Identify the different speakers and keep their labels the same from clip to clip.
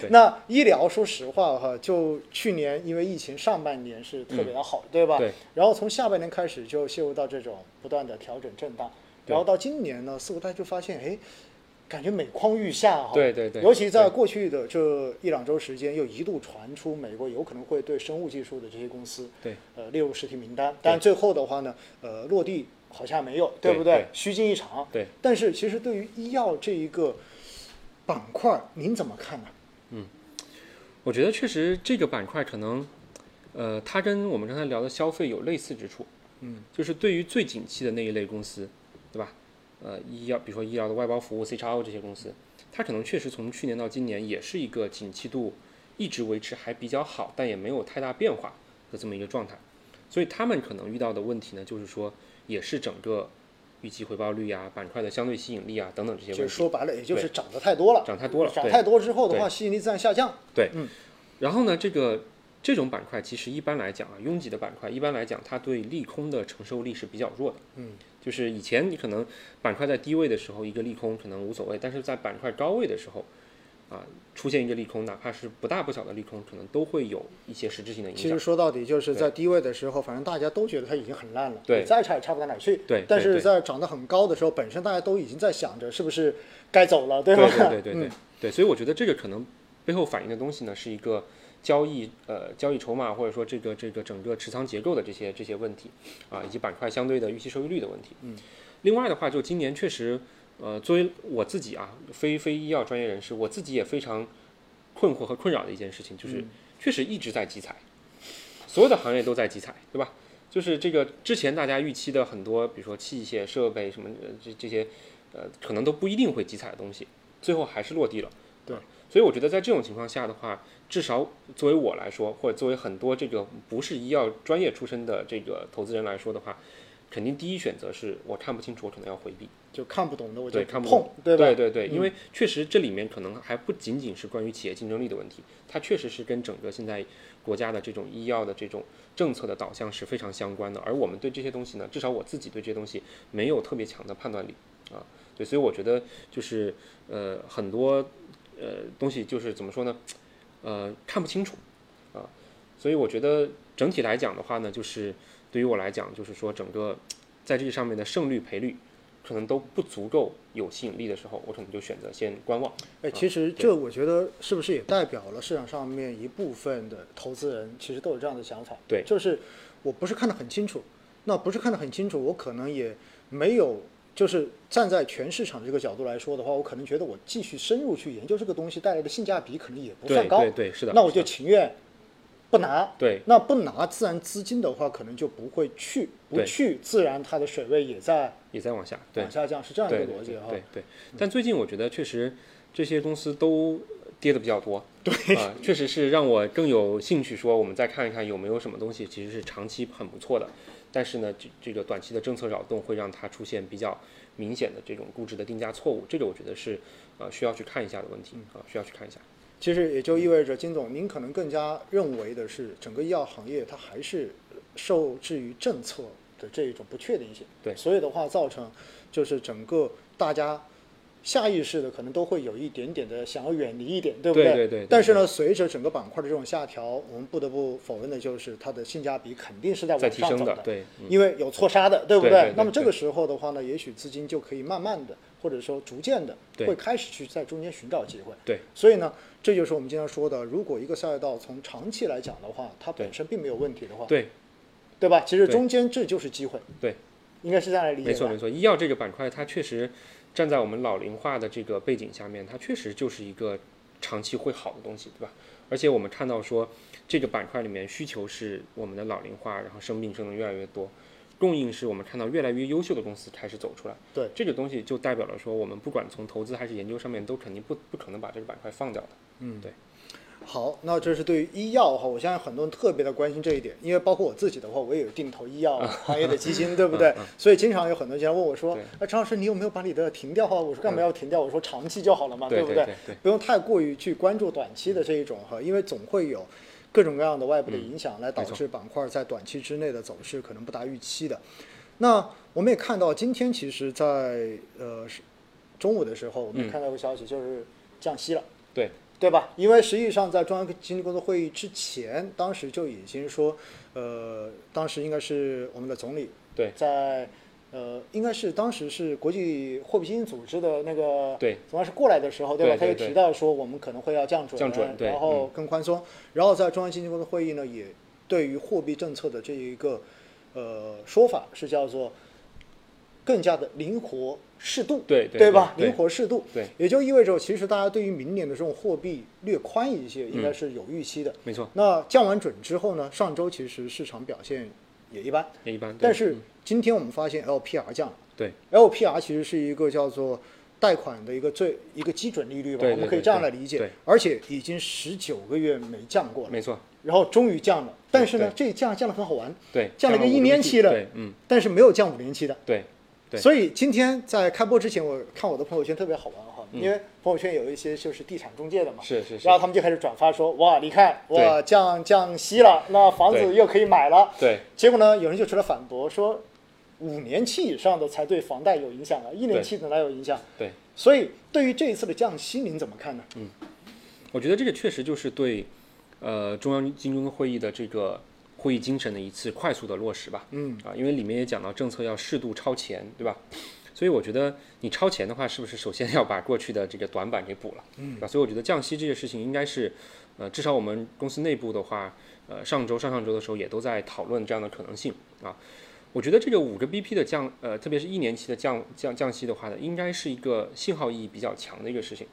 Speaker 1: 对
Speaker 2: 那医疗说实话哈，就去年因为疫情上半年是特别的好，对吧？
Speaker 1: 嗯对。
Speaker 2: 然后从下半年开始就陷入到这种不断的调整震荡，然后到今年呢，似乎大家就发现，哎，感觉每况愈下哈。
Speaker 1: 对对对
Speaker 2: 尤其在
Speaker 1: 对
Speaker 2: 过去的这一两周时间，又一度传出美国有可能会对生物技术的这些公司，
Speaker 1: 对，
Speaker 2: 呃，列入实体名单，但最后的话呢，呃，落地好像没有，
Speaker 1: 对
Speaker 2: 不
Speaker 1: 对
Speaker 2: 虚惊一场。
Speaker 1: 对。
Speaker 2: 但是其实对于医药这一个板块，您怎么看呢、
Speaker 1: 我觉得确实这个板块可能，呃，它跟我们刚才聊的消费有类似之处。
Speaker 2: 嗯，
Speaker 1: 就是对于最景气的那一类公司，对吧？呃，医药，比如说医疗的外包服务 CXO 这些公司，它可能确实从去年到今年也是一个景气度一直维持还比较好，但也没有太大变化的这么一个状态。所以他们可能遇到的问题呢，就是说，也是整个预期回报率啊、板块的相对吸引力啊等等这些
Speaker 2: 就
Speaker 1: 问
Speaker 2: 是
Speaker 1: 题。
Speaker 2: 说白了，也就是涨得太多了，
Speaker 1: 涨太多了
Speaker 2: 涨
Speaker 1: 对
Speaker 2: 太多之后的
Speaker 1: 对
Speaker 2: 话，吸引力自然下降。
Speaker 1: 然后呢，这个这种板块其实一般来讲啊，拥挤的板块一般来讲，它对利空的承受力是比较弱的。
Speaker 2: 嗯，
Speaker 1: 就是以前你可能板块在低位的时候，一个利空可能无所谓，但是在板块高位的时候，啊，出现一个利空，哪怕是不大不小的利空，可能都会有一些实质性的影
Speaker 2: 其实
Speaker 1: 响。
Speaker 2: 说到底，就是在低位的时候，反正大家都觉得它已经很烂了，
Speaker 1: 对
Speaker 2: 你再差也差不到哪儿去。
Speaker 1: 对对
Speaker 2: 但是
Speaker 1: 对
Speaker 2: 在涨得很高的时候，本身大家都已经在想着是不是该走了，对吧？
Speaker 1: 对对对对对
Speaker 2: 嗯
Speaker 1: 对，所以我觉得这个可能背后反映的东西呢，是一个交易呃交易筹码或者说这个这个整个持仓结构的这些这些问题啊，以及板块相对的预期收益率的问题。
Speaker 2: 嗯，
Speaker 1: 另外的话，就今年确实呃作为我自己啊，非非医药专业人士，我自己也非常困惑和困扰的一件事情，就是
Speaker 2: 嗯
Speaker 1: 确实一直在集采，所有的行业都在集采，对吧？就是这个之前大家预期的很多，比如说器械、设备什么呃这这些，呃，可能都不一定会集采的东西，最后还是落地了。
Speaker 2: 对
Speaker 1: 啊，所以我觉得在这种情况下的话，至少作为我来说，或者作为很多这个不是医药专业出身的这个投资人来说的话，肯定第一选择是我看不清楚，我可能要回避。
Speaker 2: 就看不懂的我就
Speaker 1: 对，看不
Speaker 2: 碰
Speaker 1: 懂，，
Speaker 2: 对吧？
Speaker 1: 对对对，
Speaker 2: 嗯
Speaker 1: 因为确实这里面可能还不仅仅是关于企业竞争力的问题，它确实是跟整个现在国家的这种医药的这种政策的导向是非常相关的。而我们对这些东西呢，至少我自己对这些东西没有特别强的判断力啊。对，所以我觉得就是呃很多呃东西就是怎么说呢，呃看不清楚啊。所以我觉得整体来讲的话呢，就是对于我来讲，就是说整个在这上面的胜率赔率。可能都不足够有吸引力的时候，我可能就选择先观望。
Speaker 2: 哎，其实
Speaker 1: 啊对
Speaker 2: 这我觉得是不是也代表了市场上面一部分的投资人其实都有这样的想法？
Speaker 1: 对
Speaker 2: 就是我不是看得很清楚，那不是看得很清楚，我可能也没有，就是站在全市场这个角度来说的话，我可能觉得我继续深入去研究这个东西带来的性价比可能也不算
Speaker 1: 对
Speaker 2: 高，
Speaker 1: 对对，是的。
Speaker 2: 那我
Speaker 1: 是
Speaker 2: 就
Speaker 1: 的
Speaker 2: 情愿不拿。
Speaker 1: 对
Speaker 2: 那不拿，自然资金的话可能就不会去，不
Speaker 1: 对
Speaker 2: 去，自然它的水位也在
Speaker 1: 也在往下，对
Speaker 2: 往下降，是这样一个
Speaker 1: 对对
Speaker 2: 逻辑
Speaker 1: 对
Speaker 2: 哈。
Speaker 1: 对对。但最近我觉得确实这些公司都跌的比较多，对啊、确实是让我更有兴趣说我们再看一看有没有什么东西其实是长期很不错的，但是呢，这这个短期的政策扰动会让它出现比较明显的这种估值的定价错误，这个我觉得是呃需要去看一下的问题啊、需要去看一下。
Speaker 2: 其实也就意味着，金总，您可能更加认为的是，整个医药行业它还是受制于政策的这一种不确定性。
Speaker 1: 对
Speaker 2: 所以的话，造成就是整个大家下意识的可能都会有一点点的想要远离一点，对不
Speaker 1: 对
Speaker 2: 对
Speaker 1: 对对对
Speaker 2: 但是呢，随着整个板块的这种下调，我们不得不否认的就是它的性价比肯定是在
Speaker 1: 在
Speaker 2: 往
Speaker 1: 提
Speaker 2: 上
Speaker 1: 升
Speaker 2: 走
Speaker 1: 的，对，嗯
Speaker 2: 因为有错杀的，对不
Speaker 1: 对对对
Speaker 2: 那么这
Speaker 1: 对
Speaker 2: 个时候的话呢，也许资金就可以慢慢的，或者说逐渐的，
Speaker 1: 对
Speaker 2: 会开始去在中间寻找机会。
Speaker 1: 对，
Speaker 2: 所以呢，这就是我们经常说的，如果一个赛道从长期来讲的话，它本身并没有问题的话，
Speaker 1: 对，
Speaker 2: 对吧？其实
Speaker 1: 对
Speaker 2: 中间这就是机会，
Speaker 1: 对，
Speaker 2: 应该是这样来理解
Speaker 1: 没错
Speaker 2: 吧
Speaker 1: 没错，医药这个板块它确实站在我们老龄化的这个背景下面，它确实就是一个长期会好的东西，对吧？而且我们看到说这个板块里面需求是我们的老龄化，然后生病生的越来越多。供应是我们看到越来越优秀的公司开始走出来，
Speaker 2: 对
Speaker 1: 这个东西就代表了说，我们不管从投资还是研究上面，都肯定不不可能把这个板块放掉的。
Speaker 2: 好，那这是对于医药哈，我相信很多人特别的关心这一点，因为包括我自己的话，我也有定投医药啊 行业的基金，对不对？所以经常有很多人问我说
Speaker 1: 嗯对：“嗯
Speaker 2: 啊，张老师，你有没有把你的停掉啊？”我说：“干嘛要停掉？我说长期就好了嘛，
Speaker 1: 对
Speaker 2: 不
Speaker 1: 对对嗯对
Speaker 2: 不用太过于去关注短期的这一种哈，因为总会有各种各样的外部的影响来导致板块在短期之内的走势可能不达预期的。那我们也看到，今天其实在呃是中午的时候，我们也
Speaker 1: 嗯
Speaker 2: 看到一个消息，就是降息了。
Speaker 1: 对
Speaker 2: 对吧？因为实际上在中央经济工作会议之前，当时就已经说，呃，当时应该是我们的总理
Speaker 1: 对
Speaker 2: 在。呃，应该是当时是国际货币基金组织的那个
Speaker 1: 对，
Speaker 2: 总要是过来的时候，对吧？
Speaker 1: 对对
Speaker 2: 他就
Speaker 1: 对
Speaker 2: 提到说我们可能会要降准，
Speaker 1: 降准对嗯
Speaker 2: 然后更宽松。然后在中央经济工作会议呢，也对于货币政策的这一个呃说法是叫做更加的灵活适度，
Speaker 1: 对对
Speaker 2: 对吧？
Speaker 1: 对
Speaker 2: 灵活适度，
Speaker 1: 对，
Speaker 2: 也就意味着其实大家对于明年的这种货币略宽一些，
Speaker 1: 嗯
Speaker 2: 应该是有预期的。
Speaker 1: 没错，
Speaker 2: 那降完准之后呢，上周其实市场表现也一般。
Speaker 1: 也一嗯般。对
Speaker 2: 但是今天我们发现 LPR 降了。
Speaker 1: 对
Speaker 2: LPR 其实是一个叫做贷款的一个最一个基准利率吧，
Speaker 1: 对对
Speaker 2: 我们可以这样来理
Speaker 1: 对
Speaker 2: 解
Speaker 1: 对。
Speaker 2: 而且已经十九个月没降过了，
Speaker 1: 没错，
Speaker 2: 然后终于降了。但是呢，
Speaker 1: 对
Speaker 2: 这一降降的很好玩，
Speaker 1: 对，
Speaker 2: 降了个
Speaker 1: 五
Speaker 2: 一年
Speaker 1: 个 BP
Speaker 2: 期了
Speaker 1: 对，嗯，
Speaker 2: 但是没有降五年期的。
Speaker 1: 对，对
Speaker 2: 所以今天在开播之前，我看我的朋友圈特别好玩哈，因为朋友圈有一些就是地产中介的嘛，
Speaker 1: 嗯是是是
Speaker 2: 然，后他们就开始转发说，哇，你看，
Speaker 1: 对
Speaker 2: 哇，降降息了，那房子
Speaker 1: 对
Speaker 2: 又可以买了。
Speaker 1: 对，
Speaker 2: 结果呢，有人就出来反驳说，五年期以上的才对房贷有影响啊，一年期的哪有影响？啊
Speaker 1: 对。
Speaker 2: 所以对于这一次的降息，您怎么看呢？
Speaker 1: 嗯我觉得这个确实就是对，呃，中央经济工作会议的这个会议精神的一次快速的落实吧。
Speaker 2: 嗯，
Speaker 1: 啊，因为里面也讲到政策要适度超前，对吧？所以我觉得你超前的话，是不是首先要把过去的这个短板给补了？嗯，啊，所以我觉得降息这件事情应该是，呃，至少我们公司内部的话，呃，上周、上上周的时候也都在讨论这样的可能性啊。我觉得这个五个 BP 的降，呃，特别是一年期的降降降息的话呢，应该是一个信号意义比较强的一个事情。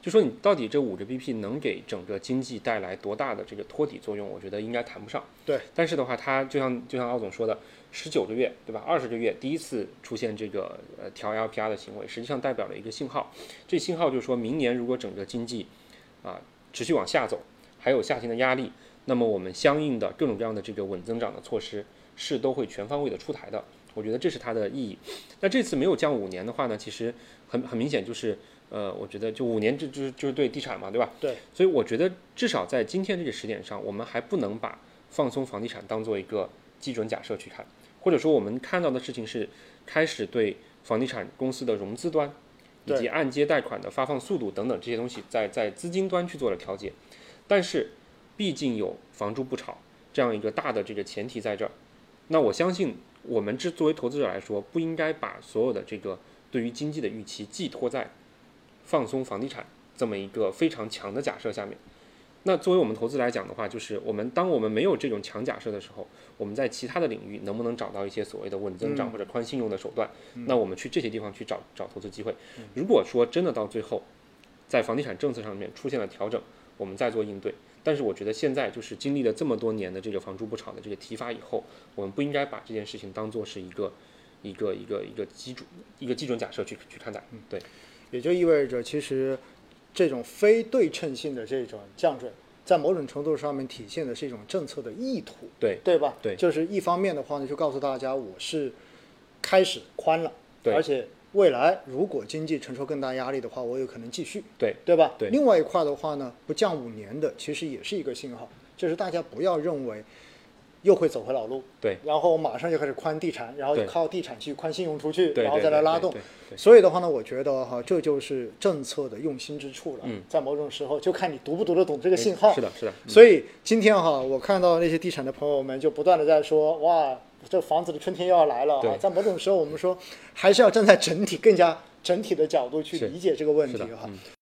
Speaker 1: 就说你到底这五个 BP 能给整个经济带来多大的这个托底作用，我觉得应该谈不上。
Speaker 2: 对，
Speaker 1: 但是的话，它就像就像奥总说的，十九个月对吧？二十个月第一次出现这个呃调 LPR 的行为，实际上代表了一个信号。这信号就是说明年如果整个经济啊、持续往下走，还有下行的压力，那么我们相应的各种各样的这个稳增长的措施是都会全方位的出台的。我觉得这是它的意义。那这次没有降五年的话呢，其实很很明显就是呃，我觉得就五年这就是就是对地产嘛，对吧？
Speaker 2: 对。
Speaker 1: 所以我觉得至少在今天这个时点上，我们还不能把放松房地产当做一个基准假设去看，或者说我们看到的事情是开始对房地产公司的融资端以及
Speaker 2: 对
Speaker 1: 按揭贷款的发放速度等等这些东西在在资金端去做了调节，但是毕竟有房住不炒这样一个大的这个前提在这儿，那我相信我们之作为投资者来说，不应该把所有的这个对于经济的预期寄托在放松房地产这么一个非常强的假设下面。那作为我们投资来讲的话，就是我们当我们没有这种强假设的时候，我们在其他的领域能不能找到一些所谓的稳增长
Speaker 2: 嗯
Speaker 1: 或者宽信用的手段？那我们去这些地方去找找投资机会。如果说真的到最后，在房地产政策上面出现了调整，我们再做应对。但是我觉得现在就是经历了这么多年的这个房住不炒的这个提法以后，我们不应该把这件事情当做是一个一个一个一个基准一个基准假设去去看待。对，
Speaker 2: 也就意味着，其实这种非对称性的这种降准，在某种程度上面体现的是一种政策的意图，
Speaker 1: 对
Speaker 2: 对吧？
Speaker 1: 对
Speaker 2: 就是一方面的话呢，就告诉大家我是开始宽了，
Speaker 1: 对
Speaker 2: 而且未来如果经济承受更大压力的话，我有可能继续，
Speaker 1: 对
Speaker 2: 对吧？
Speaker 1: 对
Speaker 2: 另外一块的话呢，不降五年的其实也是一个信号，就是大家不要认为又会走回老路，
Speaker 1: 对，
Speaker 2: 然后马上就开始宽地产，然后
Speaker 1: 对
Speaker 2: 靠地产去宽信用出去，
Speaker 1: 对
Speaker 2: 然后
Speaker 1: 对
Speaker 2: 再来
Speaker 1: 对
Speaker 2: 拉
Speaker 1: 对
Speaker 2: 动
Speaker 1: 对。对
Speaker 2: 所以的话呢，我觉得哈，这就是政策的用心之处了。
Speaker 1: 嗯
Speaker 2: 在某种时候，就看你读不读得懂这个信号。
Speaker 1: 是的，是的，嗯
Speaker 2: 所以今天哈，我看到那些地产的朋友们就不断的在说，哇，这房子的春天又要来了哈
Speaker 1: 对。
Speaker 2: 在某种时候，我们说还是要站在整体更加整体的角度去
Speaker 1: 是
Speaker 2: 理解这个问题
Speaker 1: 是的嗯
Speaker 2: 哈。